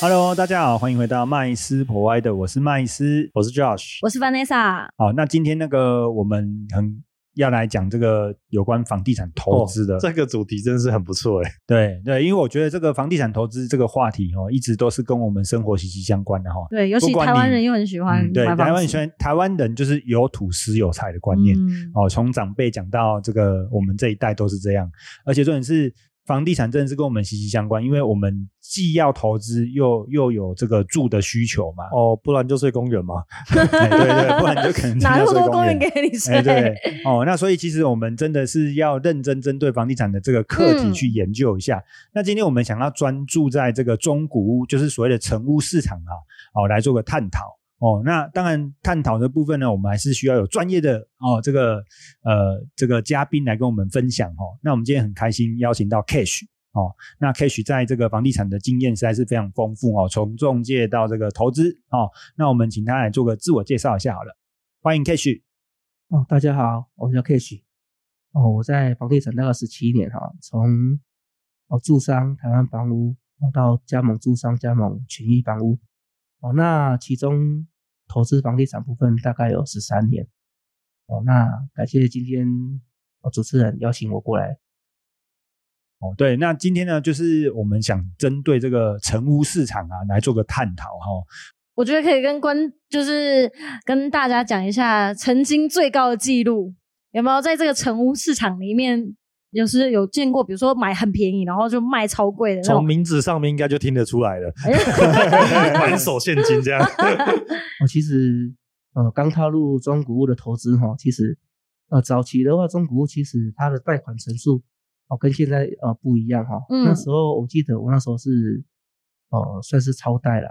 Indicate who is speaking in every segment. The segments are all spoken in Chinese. Speaker 1: Hello，大家好，欢迎回到麦斯 Provider，我是麦斯，我是 Josh。
Speaker 2: 我是 Vanessa，
Speaker 1: 好，那今天那个我们很要来讲这个有关房地产投资的，
Speaker 3: 哦这个主题真是很不错哎。
Speaker 1: 对对，因为我觉得这个房地产投资这个话题哦，一直都是跟我们生活息息相关的哈、哦。
Speaker 2: 对，尤其
Speaker 1: 不管
Speaker 2: 台湾
Speaker 1: 你
Speaker 2: 人又很喜欢
Speaker 1: 嗯对
Speaker 2: 买
Speaker 1: 台
Speaker 2: 房
Speaker 1: 湾
Speaker 2: 子
Speaker 1: 选台湾人就是有土石有财的观念。
Speaker 2: 嗯
Speaker 1: 哦，从长辈讲到这个，我们这一代都是这样，而且重点是房地产真的是跟我们息息相关，因为我们既要投资又又有这个住的需求嘛。
Speaker 3: 哦，不然就睡公园嘛。
Speaker 1: 哎对对，不然就可能
Speaker 2: 哪 那么多公园
Speaker 1: 给？
Speaker 2: 给你
Speaker 1: 哎，
Speaker 2: 睡？
Speaker 1: 对哦，那所以其实我们真的是要认真针对房地产的这个课题
Speaker 2: 嗯
Speaker 1: 去研究一下。那今天我们想要专注在这个中古屋，就是所谓的成屋市场啊，哦来做个探讨。哦，那当然，探讨的部分呢，我们还是需要有专业的哦，这个呃，这个嘉宾来跟我们分享哦。那我们今天很开心邀请到 Cash 哦，那 Cash 在这个房地产的经验实在是非常丰富哦，从中介到这个投资哦。那我们请他来做个自我介绍一下好了，欢迎 Cash。
Speaker 4: 哦，大家好，我叫 Cash。哦，我在房地产大概十七年哈，从哦住商台湾房屋，然后到加盟住商加盟群益房屋。哦，那其中投资房地产部分大概有十三年。哦，那感谢今天哦主持人邀请我过来。
Speaker 1: 哦，对，那今天呢，就是我们想针对这个成屋市场啊，来做个探讨哈、
Speaker 2: 我觉得可以跟观，就是跟大家讲一下曾经最高的记录，有没有在这个成屋市场里面，有时有见过，比如说买很便宜，然后就卖超贵的那
Speaker 3: 从
Speaker 2: 种。
Speaker 3: 名字上面应该就听得出来 了，满手现金 这样。
Speaker 4: 我哦其实呃刚踏入中古屋的投资哈、其实呃早期的话，中古屋其实它的贷款成数哦跟现在呃不一样哈、
Speaker 2: 嗯
Speaker 4: 那时候我记得我那时候是哦、呃、算是超贷了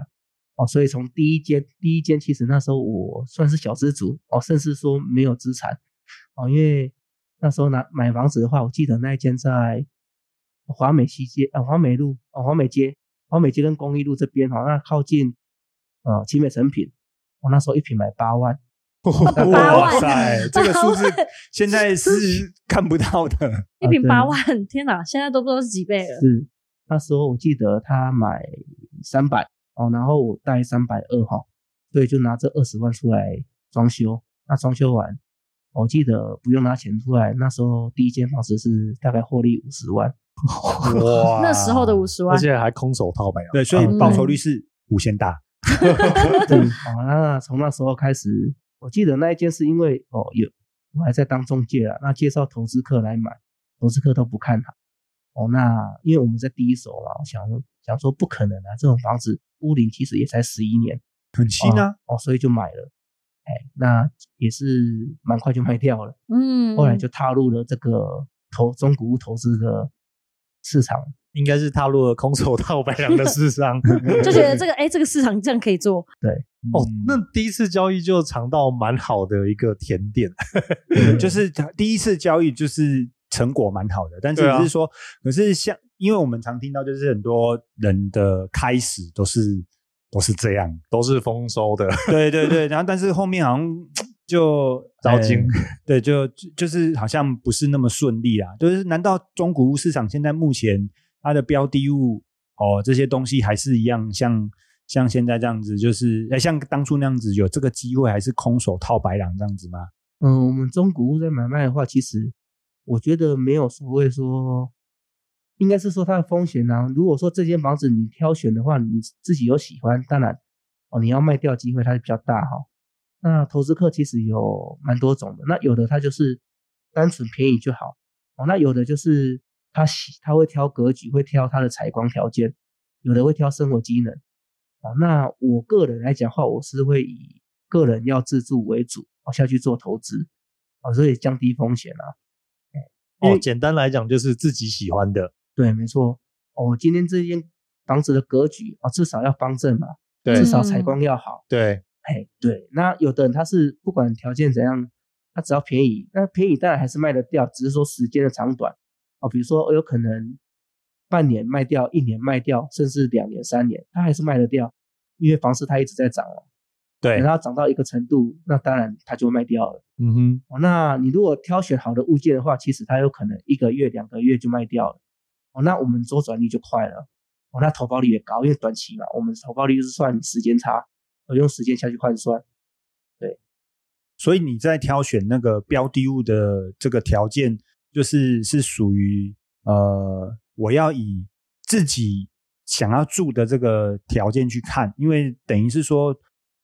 Speaker 4: 哦，所以从第一间第一间其实那时候我算是小资族哦，甚至说没有资产哦，因为那时候拿买房子的话，我记得那一间在华美西街啊、呃华美路啊、呃华美街华美街跟公益路这边哈、那靠近呃奇美成品。我那时候一瓶买八万，
Speaker 2: 八万
Speaker 1: 塞，这个数字
Speaker 2: 八万
Speaker 1: 现 在是看不到的。
Speaker 2: 一瓶
Speaker 4: 啊对
Speaker 2: 八万，天哪！现在都不知道是几倍了。
Speaker 4: 是那时候我记得他买三百哦，然后我贷三百二哈，所以就拿这二十万出来装修。那装修完，我记得不用拿钱出来，那时候第一间房子是大概获利五十万，
Speaker 3: 哇
Speaker 2: 那时候的五十万
Speaker 3: 而，且还空手套白狼。
Speaker 1: 对，所以
Speaker 2: 嗯
Speaker 1: 报酬率是无限大。
Speaker 4: 对，哦，那从那时候开始，我记得那一件是因为哦有我还在当中介啊，那介绍投资客来买，投资客都不看好。哦，那因为我们在第一手嘛，我想想说不可能啊，这种房子屋龄其实也才十一年，
Speaker 1: 很新啊，
Speaker 4: 哦，所以就买了。哎，那也是蛮快就卖掉了，
Speaker 2: 嗯，
Speaker 4: 后来就踏入了这个投中古屋投资的市场。
Speaker 3: 应该是踏入了空手套白狼的市 场。
Speaker 2: 就觉得这个，哎，这个市场这样可以做，
Speaker 3: 哦
Speaker 1: 嗯，
Speaker 3: 那第一次交易就尝到蛮好的一个甜点，
Speaker 1: 对
Speaker 3: 嗯
Speaker 1: 就是第一次交易就是成果蛮好的，但是
Speaker 3: 对啊
Speaker 1: 只是说，可是像因为我们常听到，就是很多人的开始都是都是这样，
Speaker 3: 都是丰收的。
Speaker 1: 对对 对，然后但是后面好像就
Speaker 3: 糟心
Speaker 1: 呃对，就就就是好像不是那么顺利啊。就是难道中古屋市场现在目前它的标的物哦这些东西还是一样像？像现在这样子，就是哎，像当初那样子，有这个机会还是空手套白狼这样子吗？
Speaker 4: 嗯，我们中古屋在买卖的话，其实我觉得没有所谓说，应该是说它的风险啊。如果说这间房子你挑选的话，你自己有喜欢，当然哦，你要卖掉的机会它是比较大哈、那投资客其实有蛮多种的，那有的他就是单纯便宜就好哦，那有的就是他喜他会挑格局，会挑它的采光条件，有的会挑生活机能哦。那我个人来讲的话，我是会以个人要自住为主，哦下去做投资，哦，所以降低风险啊。因
Speaker 3: 哦，
Speaker 4: 为
Speaker 3: 简单来讲就是自己喜欢的，
Speaker 4: 对，没错。哦，今天这间房子的格局哦，至少要方正嘛，
Speaker 3: 对
Speaker 4: 至少采
Speaker 2: 嗯
Speaker 4: 光要好，
Speaker 3: 对，
Speaker 4: 嘿，对，那有的人他是不管条件怎样，他只要便宜，那便宜当然还是卖得掉，只是说时间的长短哦。比如说有可能半年卖掉，一年卖掉，甚至两年、三年，他还是卖得掉，因为房市它一直在涨哦。
Speaker 1: 对
Speaker 4: 等，它涨到一个程度，那当然它就卖掉了。
Speaker 1: 嗯哼，
Speaker 4: 哦，那你如果挑选好的物件的话，其实它有可能一个月、两个月就卖掉了。哦，那我们周转率就快了。哦，那投报率也高，因为短期嘛，我们投报率就是算时间差，我用时间下去换算。
Speaker 1: 所以你在挑选那个标的物的这个条件，就是是属于呃，我要以自己想要住的这个条件去看，因为等于是说，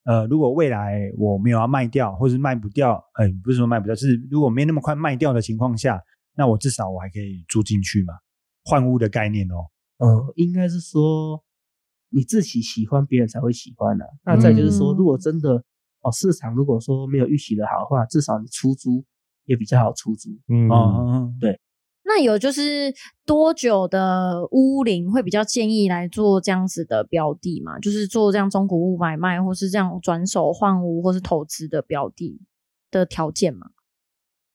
Speaker 1: 呃，如果未来我没有要卖掉，或是卖不掉，哎、不是说卖不掉，是如果没那么快卖掉的情况下，那我至少我还可以住进去嘛，换屋的概念哦。
Speaker 4: 呃，应该是说你自己喜欢，别人才会喜欢的、那再就是说，
Speaker 2: 嗯
Speaker 4: 如果真的哦，市场如果说没有预期的好的话，至少你出租也比较好出租。
Speaker 3: 嗯，
Speaker 1: 哦、
Speaker 2: 那有就是多久的屋龄会比较建议来做这样子的标的嘛？就是做这样中古屋买卖，或是这样转手换屋，或是投资的标的的条件嘛？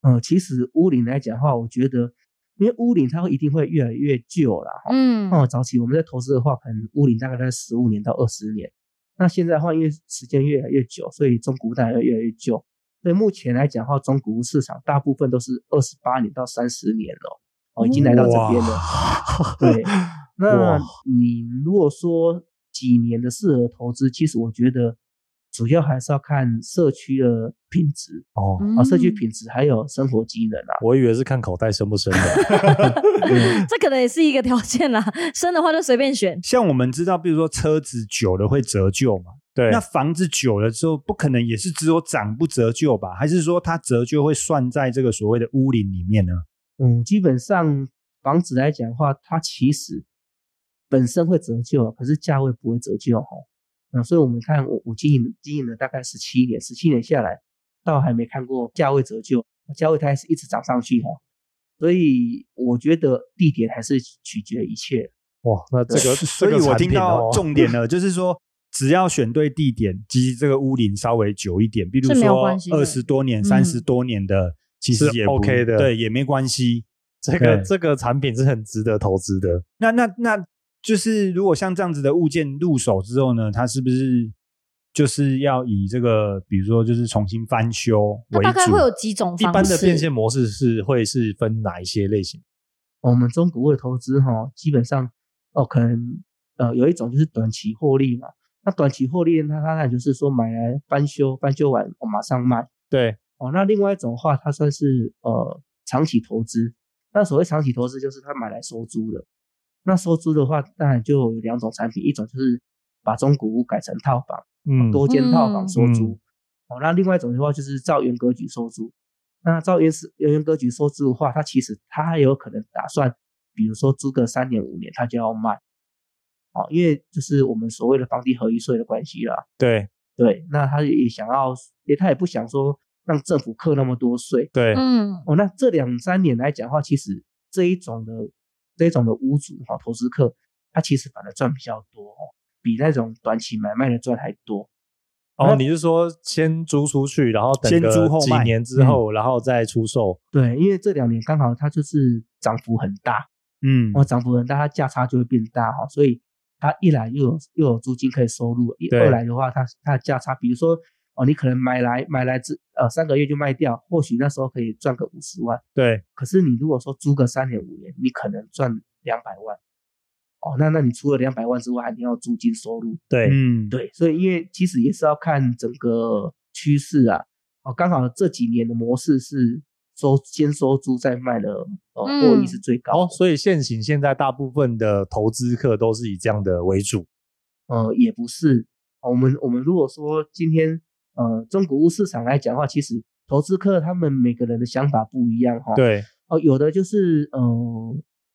Speaker 4: 呃，其实屋龄来讲的话，我觉得因为屋龄它会一定会越来越旧啦。哈
Speaker 2: 嗯，
Speaker 3: 哦
Speaker 4: 那我早期我们在投资的话，可能屋龄大概在十五年到二十年。那现在的话，因为时间越来越久，所以中古屋当然会越来越旧。所以目前来讲的话，中古屋市场大部分都是二十八年到三十年了，哦，已经来到这边了。 对，那
Speaker 1: 哇
Speaker 4: 你如果说几年的适合投资，其实我觉得主要还是要看社区的品质
Speaker 3: 哦，
Speaker 4: 啊、社区品质还有生活机能啊。
Speaker 3: 我以为是看口袋深不深的，
Speaker 2: 嗯，这可能也是一个条件啦。生的话就随便选，
Speaker 1: 像我们知道，比如说车子久了会折旧嘛，
Speaker 3: 对
Speaker 1: 那，房子久了之后，不可能也是只有涨不折旧吧？还是说它折旧会算在这个所谓的屋龄里面呢？
Speaker 4: 嗯，基本上房子来讲的话，它其实本身会折旧，可是价位不会折旧哦。嗯，所以我们看我我经营经营了大概十七年，十七年下来，倒还没看过价位折旧，价位它还是一直涨上去哦。所以我觉得地点还是取决一切。
Speaker 3: 哇，那呃这 个，
Speaker 1: 所
Speaker 3: 这
Speaker 1: 以
Speaker 3: 个
Speaker 1: 我
Speaker 3: 产
Speaker 1: 听
Speaker 3: 品
Speaker 1: 到
Speaker 3: 哦
Speaker 1: 重点了，就是说只要选对地点，及这个屋龄稍微久一点，比如
Speaker 2: 是没有
Speaker 1: 说
Speaker 2: 关系的
Speaker 1: 二十多年、
Speaker 2: 嗯
Speaker 1: 三十多年的，其实
Speaker 3: 是
Speaker 1: 也不
Speaker 3: OK 的
Speaker 1: 对，也没关系。
Speaker 3: 这个
Speaker 1: 对
Speaker 3: 这个产品是很值得投资的。
Speaker 1: 那那那就是如果像这样子的物件入手之后呢，它是不是就是要以这个，比如说就是重新翻修
Speaker 2: 它
Speaker 1: 为
Speaker 2: 大概
Speaker 1: 主
Speaker 2: 会？有几种
Speaker 3: 一
Speaker 2: 方
Speaker 3: 般
Speaker 2: 式。
Speaker 3: 的变现模式是会是分哪一些类型？
Speaker 4: 我们中古屋的投资哈、基本上哦，可能呃有一种就是短期获利嘛。那短期获利呢，它当然就是说买来翻修，翻修完我、哦马上卖
Speaker 3: 对，
Speaker 4: 哦。那另外一种的话，它算是呃长期投资。那所谓长期投资，就是他买来收租的。那收租的话，当然就有两种产品，一种就是把中古屋改成套房，
Speaker 3: 嗯，
Speaker 4: 多间套房
Speaker 2: 嗯
Speaker 4: 收租。
Speaker 3: 嗯
Speaker 4: 哦，那另外一种的话就是照原格局收租。那照原是原格局收租的话，它其实它还有可能打算，比如说租个三年五年，它就要卖。哦，因为就是我们所谓的房地合一税的关系啦。
Speaker 3: 对
Speaker 4: 对，那他也想要，也他也不想说让政府课那么多税。
Speaker 3: 对，
Speaker 2: 嗯，
Speaker 4: 哦，那这两三年来讲的话，其实这一种的这一种的屋主哈、哦，投资客，他其实反而赚比较多哦，比那种短期买卖的赚还多。
Speaker 3: 哦，
Speaker 4: 那
Speaker 3: 你是说先租出去，然后等
Speaker 1: 先
Speaker 3: 个
Speaker 1: 租后
Speaker 3: 几
Speaker 1: 卖嗯
Speaker 3: 年之后，然后再出售？
Speaker 4: 对，因为这两年刚好它就是涨幅很大，
Speaker 1: 嗯，
Speaker 4: 哦，涨幅很大，它价差就会变大哈、哦，所以它一来又有又有租金可以收入，一
Speaker 3: 对
Speaker 4: 二来的话，它它的价差，比如说哦，你可能买来买来之呃三个月就卖掉，或许那时候可以赚个五十万，
Speaker 3: 对，
Speaker 4: 可是你如果说租个三年五年，你可能赚两百万，哦，那那你除了两百万之外，你要有租金收入，
Speaker 3: 对，
Speaker 1: 嗯，
Speaker 4: 对，所以因为其实也是要看整个趋势啊。哦，刚好这几年的模式是收先收租再卖的，呃，获利
Speaker 2: 嗯
Speaker 4: 是最
Speaker 3: 哦，
Speaker 4: 高的。
Speaker 3: 所以现行现在大部分的投资客都是以这样的为主。
Speaker 4: 呃，也不是。哦我们我们如果说今天呃中古屋市场来讲的话，其实投资客他们每个人的想法不一样
Speaker 1: 啊
Speaker 4: 哈、哦。。
Speaker 3: 对，
Speaker 4: 哦，有的就是呃，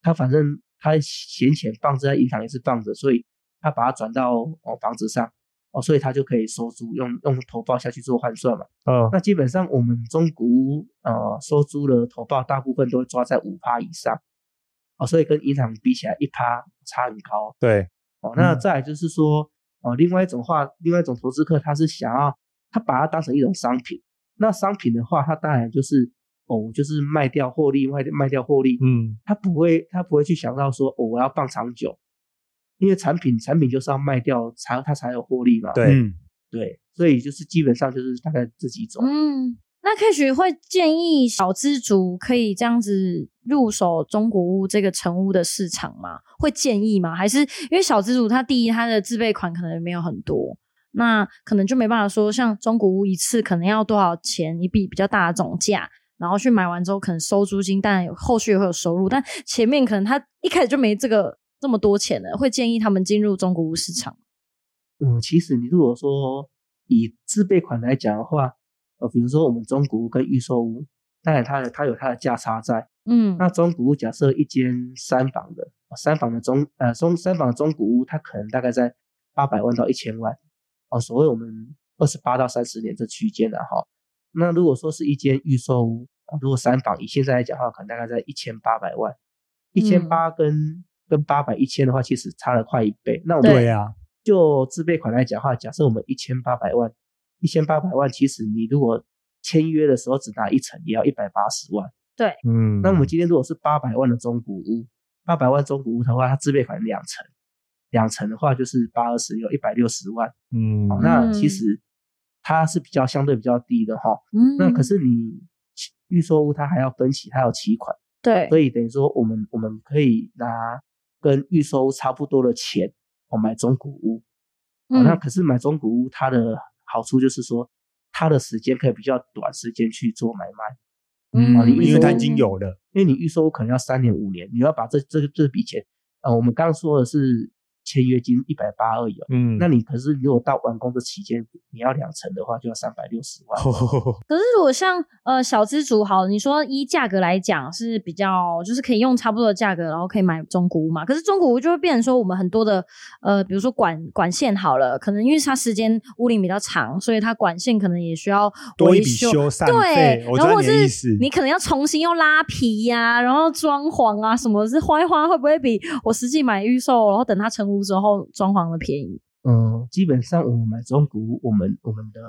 Speaker 4: 他反正他闲钱放着在银行也是放着，所以他把它转到哦房子上。哦，所以他就可以收租，用用投报下去做换算嘛。
Speaker 3: 嗯，
Speaker 4: 那基本上我们中古屋呃收租的投报大部分都会抓在五趴以上，哦，所以跟银行比起来一趴差很高
Speaker 3: 对，嗯
Speaker 4: 哦。那再来就是说，哦，另外一种话，另外一种投资客，他是想要他把它当成一种商品。那商品的话，他当然就是哦，我就是卖掉获利，卖卖掉获利。
Speaker 3: 嗯，
Speaker 4: 他不会，他不会去想到说，哦，我要放长久，因为产品产品就是要卖掉才它才有获利嘛。
Speaker 3: 对
Speaker 1: 嗯，
Speaker 4: 对，所以就是基本上就是大概这几种。
Speaker 2: 嗯，那 K 许会建议小资族可以这样子入手中古屋这个成屋的市场吗？会建议吗？还是因为小资族他第一他的自备款可能没有很多，那可能就没办法说像中古屋一次可能要多少钱一笔比较大的总价。然后去买完之后，可能收租金，当然有后续会有收入，但前面可能他一开始就没这个这么多钱了，会建议他们进入中古屋市场。
Speaker 4: 嗯，其实你如果说以自备款来讲的话，呃，比如说我们中古屋跟预售屋，当然它的它有它的价差在。
Speaker 2: 嗯
Speaker 4: 那中古屋假设一间三房的，呃三房的中呃中三房的中古屋，它可能大概在八百万到一千万，哦，所谓我们二十八到三十年这区间的哈。那如果说是一间预售屋，啊如果三房以现在来讲的话，可能大概在一千八百万，一千八跟跟八百一千的话，其实差了快一倍。那我们
Speaker 1: 对啊，
Speaker 4: 就自备款来讲的话，假设我们一千八百万，一千八百万，其实你如果签约的时候只拿一成，也要一百八十万。
Speaker 3: 嗯，
Speaker 4: 那我们今天如果是八百万的中古屋，八百万中古屋的话，它自备款两成，两成的话就是八二十六，一百六十万。
Speaker 3: 嗯，
Speaker 1: 哦
Speaker 4: 好，那
Speaker 2: 嗯
Speaker 4: 其实它是比较相对比较低的哈。
Speaker 2: 嗯
Speaker 4: 那可是你预售屋它还要分期，它有期款，
Speaker 2: 对
Speaker 4: 所以等于说我们我们可以拿跟预售屋差不多的钱，我买中古屋。哦，那
Speaker 2: 嗯
Speaker 4: 可是买中古屋，它的好处就是说，它的时间可以比较短时间去做买卖，
Speaker 2: 嗯
Speaker 4: 好你
Speaker 1: 因为他已经
Speaker 2: 嗯
Speaker 1: 有了，
Speaker 4: 因为你预售屋可能要三年五年，你要把这这这笔钱，呃，我们刚刚说的是签约金一百八而已哦，
Speaker 3: 嗯，
Speaker 4: 那你可是如果到完工的期间，你要两成的话，就要三百六十万。
Speaker 2: 可是如果像呃小资族好，你说依价格来讲是比较，就是可以用差不多的价格，然后可以买中古屋嘛。可是中古屋就会变成说，我们很多的呃，比如说管管线好了，可能因为它时间屋龄比较长，所以它管线可能也需要
Speaker 1: 多一
Speaker 2: 维
Speaker 1: 笔
Speaker 2: 修。
Speaker 1: 修缮
Speaker 2: 对
Speaker 1: 费，，我知
Speaker 2: 然后
Speaker 1: 道
Speaker 2: 或
Speaker 1: 你的意
Speaker 2: 是
Speaker 1: 思。
Speaker 2: 你可能要重新要拉皮呀、然后装潢啊，什么是花一花会不会比我实际买预售，然后等它成屋之后装潢的便宜？
Speaker 4: 嗯，基本上我们买中古屋，我们我们的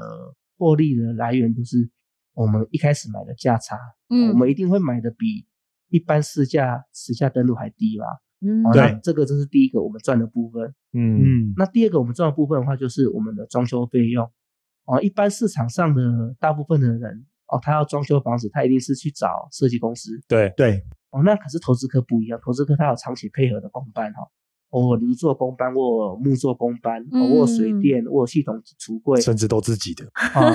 Speaker 4: 获利的来源就是我们一开始买的价差，
Speaker 2: 嗯，
Speaker 4: 我们一定会买的比一般市价实价登录还低嘛。
Speaker 2: 嗯
Speaker 4: 哦，那
Speaker 1: 对
Speaker 4: 这个就是第一个我们赚的部分。
Speaker 3: 嗯
Speaker 1: 嗯，
Speaker 4: 那第二个我们赚的部分的话，就是我们的装修费用。哦，一般市场上的大部分的人，哦，他要装修房子，他一定是去找设计公司。
Speaker 3: 对，
Speaker 1: 对，
Speaker 4: 哦，那可是投资客不一样，投资客他有长期配合的工班哈。哦，我泥做工班，我有木做工班，哦、我有水
Speaker 2: 嗯
Speaker 4: 电，我有系统橱柜，
Speaker 3: 甚至都自己的，
Speaker 4: 哦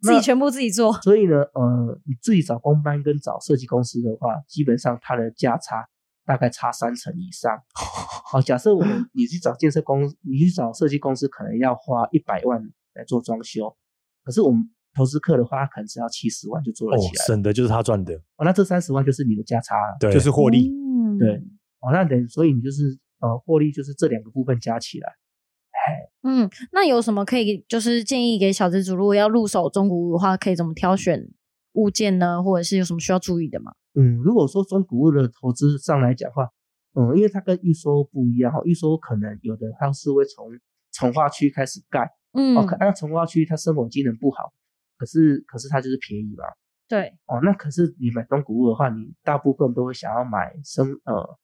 Speaker 2: 自己
Speaker 4: 那
Speaker 2: 全部自己做，
Speaker 4: 所以呢，呃，你自己找工班跟找设计公司的话，基本上它的价差大概差三成以 上。好，假设我们你去找建设公，你去找设计公司，可能要花一百万来做装修，可是我们投资客的话，他可能只要七十万就做
Speaker 3: 哦
Speaker 4: 得起，来了。
Speaker 3: 省的就是他赚的，
Speaker 4: 哦，那这三十万就是你的价差了。
Speaker 3: 对，
Speaker 1: 就是获利。
Speaker 2: 嗯
Speaker 4: 对，哦，那等于所以你就是呃，获利就是这两个部分加起来。
Speaker 2: 嗯，那有什么可以就是建议给小资主，如果要入手中古屋的话，可以怎么挑选物件呢？或者是有什么需要注意的吗？
Speaker 4: 嗯，如果说中古屋的投资上来讲话，嗯，因为它跟预售不一样哈，预售可能有的它是会从从化区开始盖，
Speaker 2: 嗯，
Speaker 4: 哦，可那从化区它生活机能不好，可是可是它就是便宜嘛，
Speaker 2: 对，
Speaker 4: 哦，那可是你买中古屋的话，你大部分都会想要买生呃，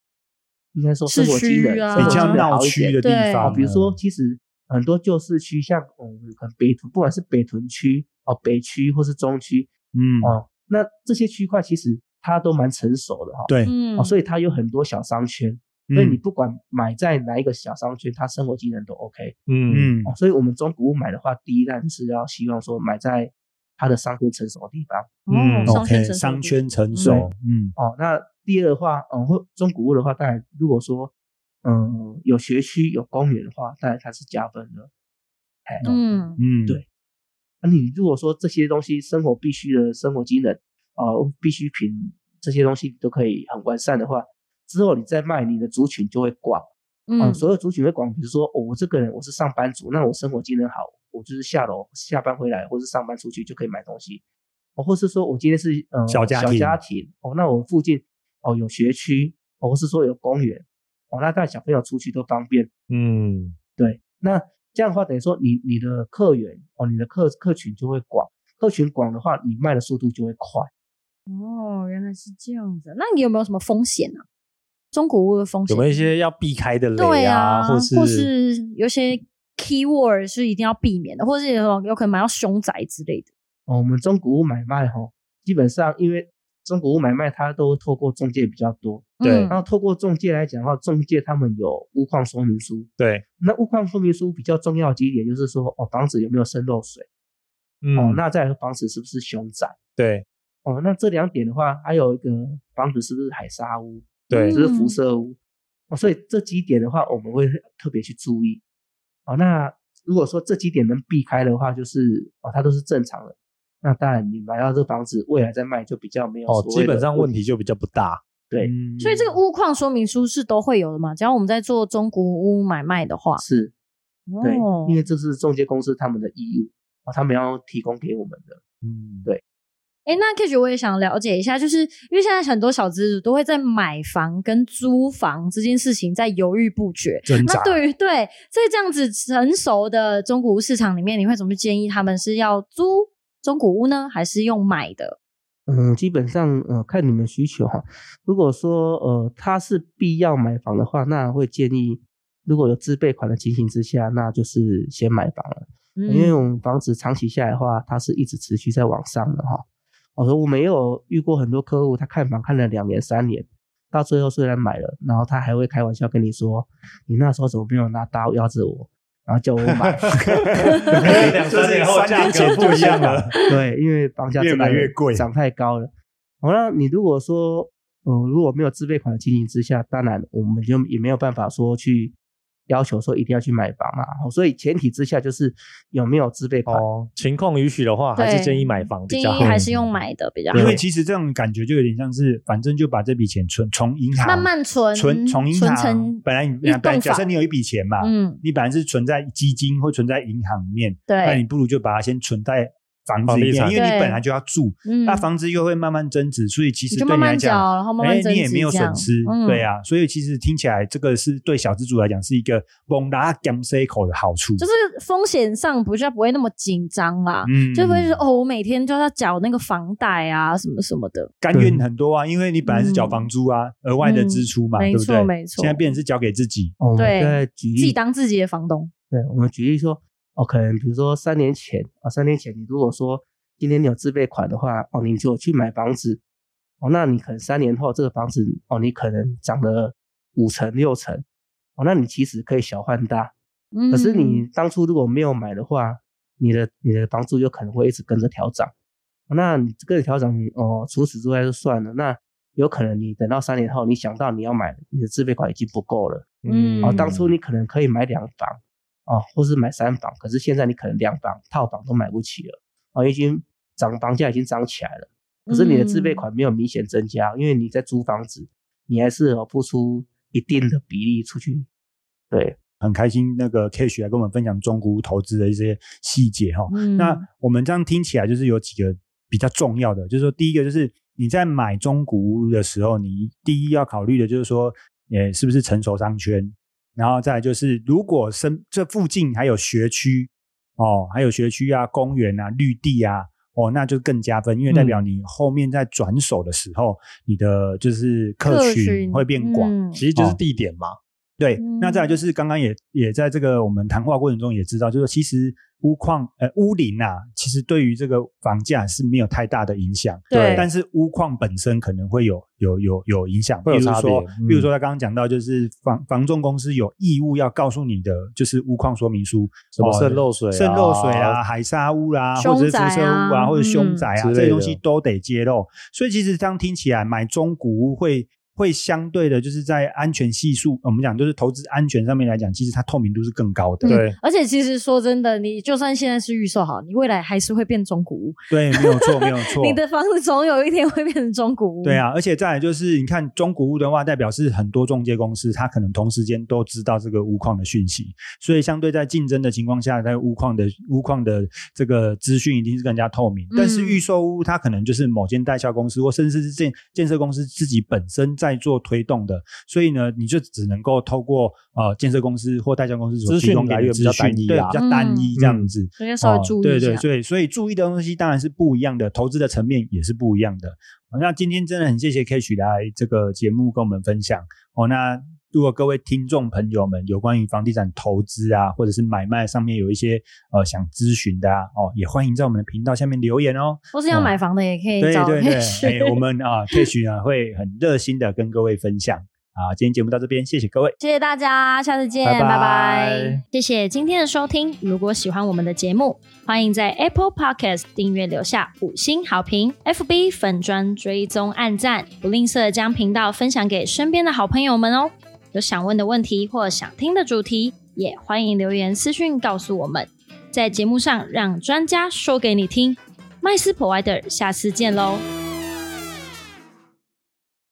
Speaker 4: 应该说生
Speaker 2: 市
Speaker 4: 活机能
Speaker 2: 区啊
Speaker 4: 生
Speaker 1: 比
Speaker 4: 活机
Speaker 1: 较
Speaker 4: 能
Speaker 1: 哎闹
Speaker 4: 好一
Speaker 1: 区
Speaker 4: 点
Speaker 1: 的地
Speaker 2: 对
Speaker 1: 方嗯
Speaker 4: 哦
Speaker 1: 了，，
Speaker 4: 比如说其实很多旧市区，像嗯，可能北屯，不管是北屯区哦，北区或是中区
Speaker 1: 嗯，
Speaker 4: 哦，那这些区块其实它都蛮成熟的哈、
Speaker 1: 对，
Speaker 2: 嗯
Speaker 4: 哦，所以它有很多小商圈，所以你不管买在哪一个小商圈，它生活机能都 OK
Speaker 3: 嗯
Speaker 1: 嗯
Speaker 4: 哦。所以我们中古屋买的话，第一站是要希望说买在它的商圈成熟的地方
Speaker 3: 嗯
Speaker 2: 哦，商圈
Speaker 1: ，OK，
Speaker 2: 成熟
Speaker 1: 商
Speaker 2: 地
Speaker 1: 圈成熟，嗯，
Speaker 4: 哦。那第二的话，嗯，或中古屋的话，当然如果说嗯有学区有公园的话，当然它是加分的。哎，
Speaker 2: 嗯
Speaker 1: 嗯，
Speaker 4: 对那、你如果说这些东西生活必须的生活机能，呃，必需品这些东西都可以很完善的话，之后你再卖，你的族群就会广。嗯，
Speaker 2: 嗯，
Speaker 4: 所有族群会广，比如说、哦、我这个人我是上班族，那我生活机能好，我就是下楼下班回来或是上班出去就可以买东西，哦，或是说我今天是嗯
Speaker 1: 小家
Speaker 4: 小
Speaker 1: 庭
Speaker 4: 家庭哦，那我附近哦有学区，哦，或是说有公园，哦，那带小朋友出去都方便。
Speaker 3: 嗯
Speaker 4: 对，那这样的话，等于说你你的客源哦，你的客客群就会广，客群广的话，你卖的速度就会快。
Speaker 2: 哦，原来是这样子。那你有没有什么风险呢、啊？中古屋的风险
Speaker 3: 有没有一些要避开的
Speaker 2: 对
Speaker 3: 雷
Speaker 2: 啊，
Speaker 3: 或
Speaker 2: 是有些 keyword 是一定要避免的，或是有有可能买到凶宅之类的。
Speaker 4: 哦，我们中古屋买卖吼，基本上因为中古屋买卖它都透过中介比较多，
Speaker 2: 嗯
Speaker 3: 对
Speaker 4: 然后透过中介来讲的话，中介他们有屋况说明书，
Speaker 1: 哦
Speaker 3: 对，
Speaker 4: 那屋况说明书比较重要几点就是说，哦，房子有没有渗漏水，
Speaker 3: 嗯，
Speaker 4: 哦，那再来房子是不是凶宅，
Speaker 3: 对
Speaker 4: 哦，那这两点的话，还有一个房子是不是海沙屋，
Speaker 3: 对
Speaker 4: 是不是辐射屋，哦，所以这几点的话，我们会特别去注意。哦，那如果说这几点能避开的话，就是哦，它都是正常的。那当然，你买到这房子，未来再卖就比较没有
Speaker 3: 哦，
Speaker 4: 所谓
Speaker 3: 基
Speaker 4: 的
Speaker 3: 本上问
Speaker 4: 问
Speaker 3: 题就比较不大。
Speaker 4: 对
Speaker 3: 嗯
Speaker 2: 所以这个屋况说明书是都会有的嘛？只要我们在做中古屋买卖的话，
Speaker 4: 是对，
Speaker 2: 哦
Speaker 4: 因为这是中介公司他们的义务啊、哦，他们要提供给我们的。
Speaker 3: 嗯
Speaker 4: 对
Speaker 2: 哎，那 K 姐我也想了解一下，就是因为现在很多小资主都会在买房跟租房这件事情在犹豫不决。
Speaker 1: 挣扎
Speaker 2: 那。对于对在这样子成熟的中古屋市场里面，你会怎么建议他们是要租中古屋呢，还是用买的？
Speaker 4: 嗯，基本上呃，看你们需求哈。如果说呃，他是必要买房的话，那会建议如果有自备款的情形之下，那就是先买房了。
Speaker 2: 嗯
Speaker 4: 因为我们房子长期下来的话，它是一直持续在往上的哈。我说我们也有遇过很多客户，他看房看了两年、三年，到最后虽然买了，然后他还会开玩笑跟你说：“你那时候怎么没有拿刀压着我？”然后叫我买，
Speaker 3: 两三年后价格不一样了。
Speaker 4: 对，因为房价
Speaker 3: 越
Speaker 4: 真的
Speaker 3: 买越贵
Speaker 4: 涨太高了。好、那你如果说，呃，如果没有自备款的情形之下，当然我们就也没有办法说去要求说一定要去买房嘛。哦所以前提之下就是有没有自备款。
Speaker 3: 哦，情况允许的话，还是
Speaker 2: 对
Speaker 3: 建议买房
Speaker 2: 建
Speaker 3: 比
Speaker 2: 议
Speaker 3: 较好。
Speaker 2: 还是用买的比较好
Speaker 1: 因，为其实这种感觉就有点像是，反正就把这笔钱存从银行
Speaker 2: 慢慢存
Speaker 1: 存从银
Speaker 2: 存
Speaker 1: 行
Speaker 2: 成，
Speaker 1: 本来你
Speaker 2: 一栋
Speaker 1: 本来假设
Speaker 2: 房
Speaker 1: 你有一笔钱嘛，
Speaker 2: 嗯，
Speaker 1: 你本来是存在基金或存在银行里面，那你
Speaker 2: 对，
Speaker 1: 不如就把它先存在房子里
Speaker 3: 房
Speaker 1: 面，
Speaker 3: 地产
Speaker 1: 因为
Speaker 2: 对
Speaker 1: 你本来就要住，
Speaker 2: 嗯，
Speaker 1: 那房子又会慢慢增值，所以其
Speaker 2: 你
Speaker 1: 实
Speaker 2: 就
Speaker 1: 对
Speaker 2: 慢
Speaker 1: 你来
Speaker 2: 慢
Speaker 1: 讲，
Speaker 2: 缴，然后慢慢
Speaker 1: 哎
Speaker 2: 增
Speaker 1: 你也
Speaker 2: 值
Speaker 1: 没有
Speaker 2: 这样
Speaker 1: 损失，
Speaker 2: 嗯
Speaker 1: 对啊，所以其实听起来这个是对小资主来讲是一个猛拉 gam C 口的好处，
Speaker 2: 就是风险上不就不会那么紧张啦，
Speaker 1: 嗯
Speaker 2: 就不会说哦，我每天就要缴那个房贷啊，什么什么的。
Speaker 1: 甘愿很多啊，因为你本来是缴房租啊，额外的支出嘛，
Speaker 2: 嗯
Speaker 1: 对不
Speaker 2: 没
Speaker 1: 对？
Speaker 2: 错没错
Speaker 1: 现在变成是交给自己，
Speaker 4: 哦，我
Speaker 2: 对
Speaker 4: 再举
Speaker 1: 嗯
Speaker 2: 自己
Speaker 4: 例
Speaker 2: 当自己的房东，
Speaker 4: 对，我们举例说，哦，可能比如说三年前啊、三年前你如果说今天你有自备款的话，哦，你就去买房子，哦，那你可能三年后这个房子，哦，你可能涨了五成六成，哦，那你其实可以小换大，
Speaker 2: 嗯
Speaker 4: 可是你当初如果没有买的话，你的你的房租有可能会一直跟着调涨。那你跟着调涨，哦，除此之外就算了。那有可能你等到三年后，你想到你要买，你的自备款已经不够了。
Speaker 2: 嗯
Speaker 4: 哦，当初你可能可以买两房，哦，或是买三房，可是现在你可能两房、套房都买不起了，哦，已经涨房价已经涨起来了，可是你的自
Speaker 2: 嗯
Speaker 4: 备款没有明显增加，因为你在租房子，你还是有付出一定的比例出去，对，
Speaker 1: 很开心那个 Cash 来跟我们分享中古屋投资的一些细节哈、
Speaker 2: 嗯
Speaker 1: 那我们这样听起来就是有几个比较重要的，就是说第一个就是你在买中古屋的时候，你第一要考虑的就是说，呃，是不是成熟商圈，然后再来就是如果身这附近还有学区哦，还有学区啊、公园啊、绿地啊。哦，那就更加分，因为代
Speaker 2: 嗯
Speaker 1: 表你后面在转手的时候，你的就是客
Speaker 2: 客
Speaker 1: 群
Speaker 2: 群
Speaker 1: 会变广，
Speaker 2: 嗯
Speaker 3: 其实就是地点
Speaker 1: 哦
Speaker 3: 嘛。
Speaker 1: 对，那再来
Speaker 2: 嗯
Speaker 1: 就是刚刚也也在这个我们谈话过程中也知道，就是其实屋况呃屋龄啊，其实对于这个房价是没有太大的影响，
Speaker 2: 对
Speaker 1: 但是屋况本身可能会有有有有影响，比
Speaker 3: 会有
Speaker 1: 如
Speaker 3: 差别
Speaker 1: 说
Speaker 3: 嗯
Speaker 1: 比如说他刚刚讲到，就是房房仲公司有义务要告诉你的，就是屋况说明书，
Speaker 3: 什么
Speaker 1: 哦
Speaker 3: 渗漏水啊、
Speaker 1: 渗漏水啊、海沙屋啦、或者是辐射屋
Speaker 2: 凶宅啊
Speaker 1: 啊，或者凶宅啊，
Speaker 3: 嗯
Speaker 1: 这些东
Speaker 3: 之
Speaker 1: 西
Speaker 3: 类的
Speaker 1: 都得揭露。所以其实这样听起来，买中古屋会会相对的，就是在安全系数，呃我们讲就是投资安全上面来讲，其实它透明度是更高的。
Speaker 2: 嗯
Speaker 3: 对
Speaker 2: 而且其实说真的，你就算现在是预售好，你未来还是会变中古屋，
Speaker 1: 对，没有错，没有错。
Speaker 2: 你的房子总有一天会变成中古屋。
Speaker 1: 对，啊，而且再来就是，你看中古屋的话，代表是很多中介公司，它可能同时间都知道这个屋况的讯息，所以相对在竞争的情况下，在屋况的屋况的这个资讯一定是更加透明。但是
Speaker 2: 嗯
Speaker 1: 预售屋它可能就是某间代销公司或甚至是建建设公司自己本身在做推动的，所以呢，你就只能够透过呃建设公司或代销公司所提供给你的
Speaker 3: 资
Speaker 1: 资
Speaker 3: 讯
Speaker 1: 讯，
Speaker 3: 来源比
Speaker 1: 对，
Speaker 3: 较单一啊
Speaker 1: 比较单一这样子。
Speaker 2: 所以稍微注意
Speaker 1: 哦对
Speaker 2: 一
Speaker 1: 对，
Speaker 2: 下。
Speaker 1: 所以所以注意的东西当然是不一样的，投资的层面也是不一样的。哦那今天真的很谢谢 Cash 来这个节目跟我们分享哦。那如果各位听众朋友们有关于房地产投资啊，或者是买卖上面有一些呃想咨询的啊，哦，也欢迎在我们的频道下面留言哦。
Speaker 2: 或是要买房的也可以
Speaker 1: 对
Speaker 2: 找
Speaker 1: 对对，
Speaker 2: 去
Speaker 1: 哎，我们啊 Cash 呢会很热心的跟各位分享啊。今天节目到这边，谢谢各位。
Speaker 2: 谢谢大家，下次见，
Speaker 1: 拜拜
Speaker 2: 拜谢谢今天的收听。如果喜欢我们的节目，欢迎在 Apple Podcast 订阅留下五星好评，FB 粉砖追踪按赞，不吝啬将频道分享给身边的好朋友们哦。有想问的问题或想听的主题，也欢迎留言私讯告诉我们，在节目上让专家说给你听。麦斯 Provider，下次见喽。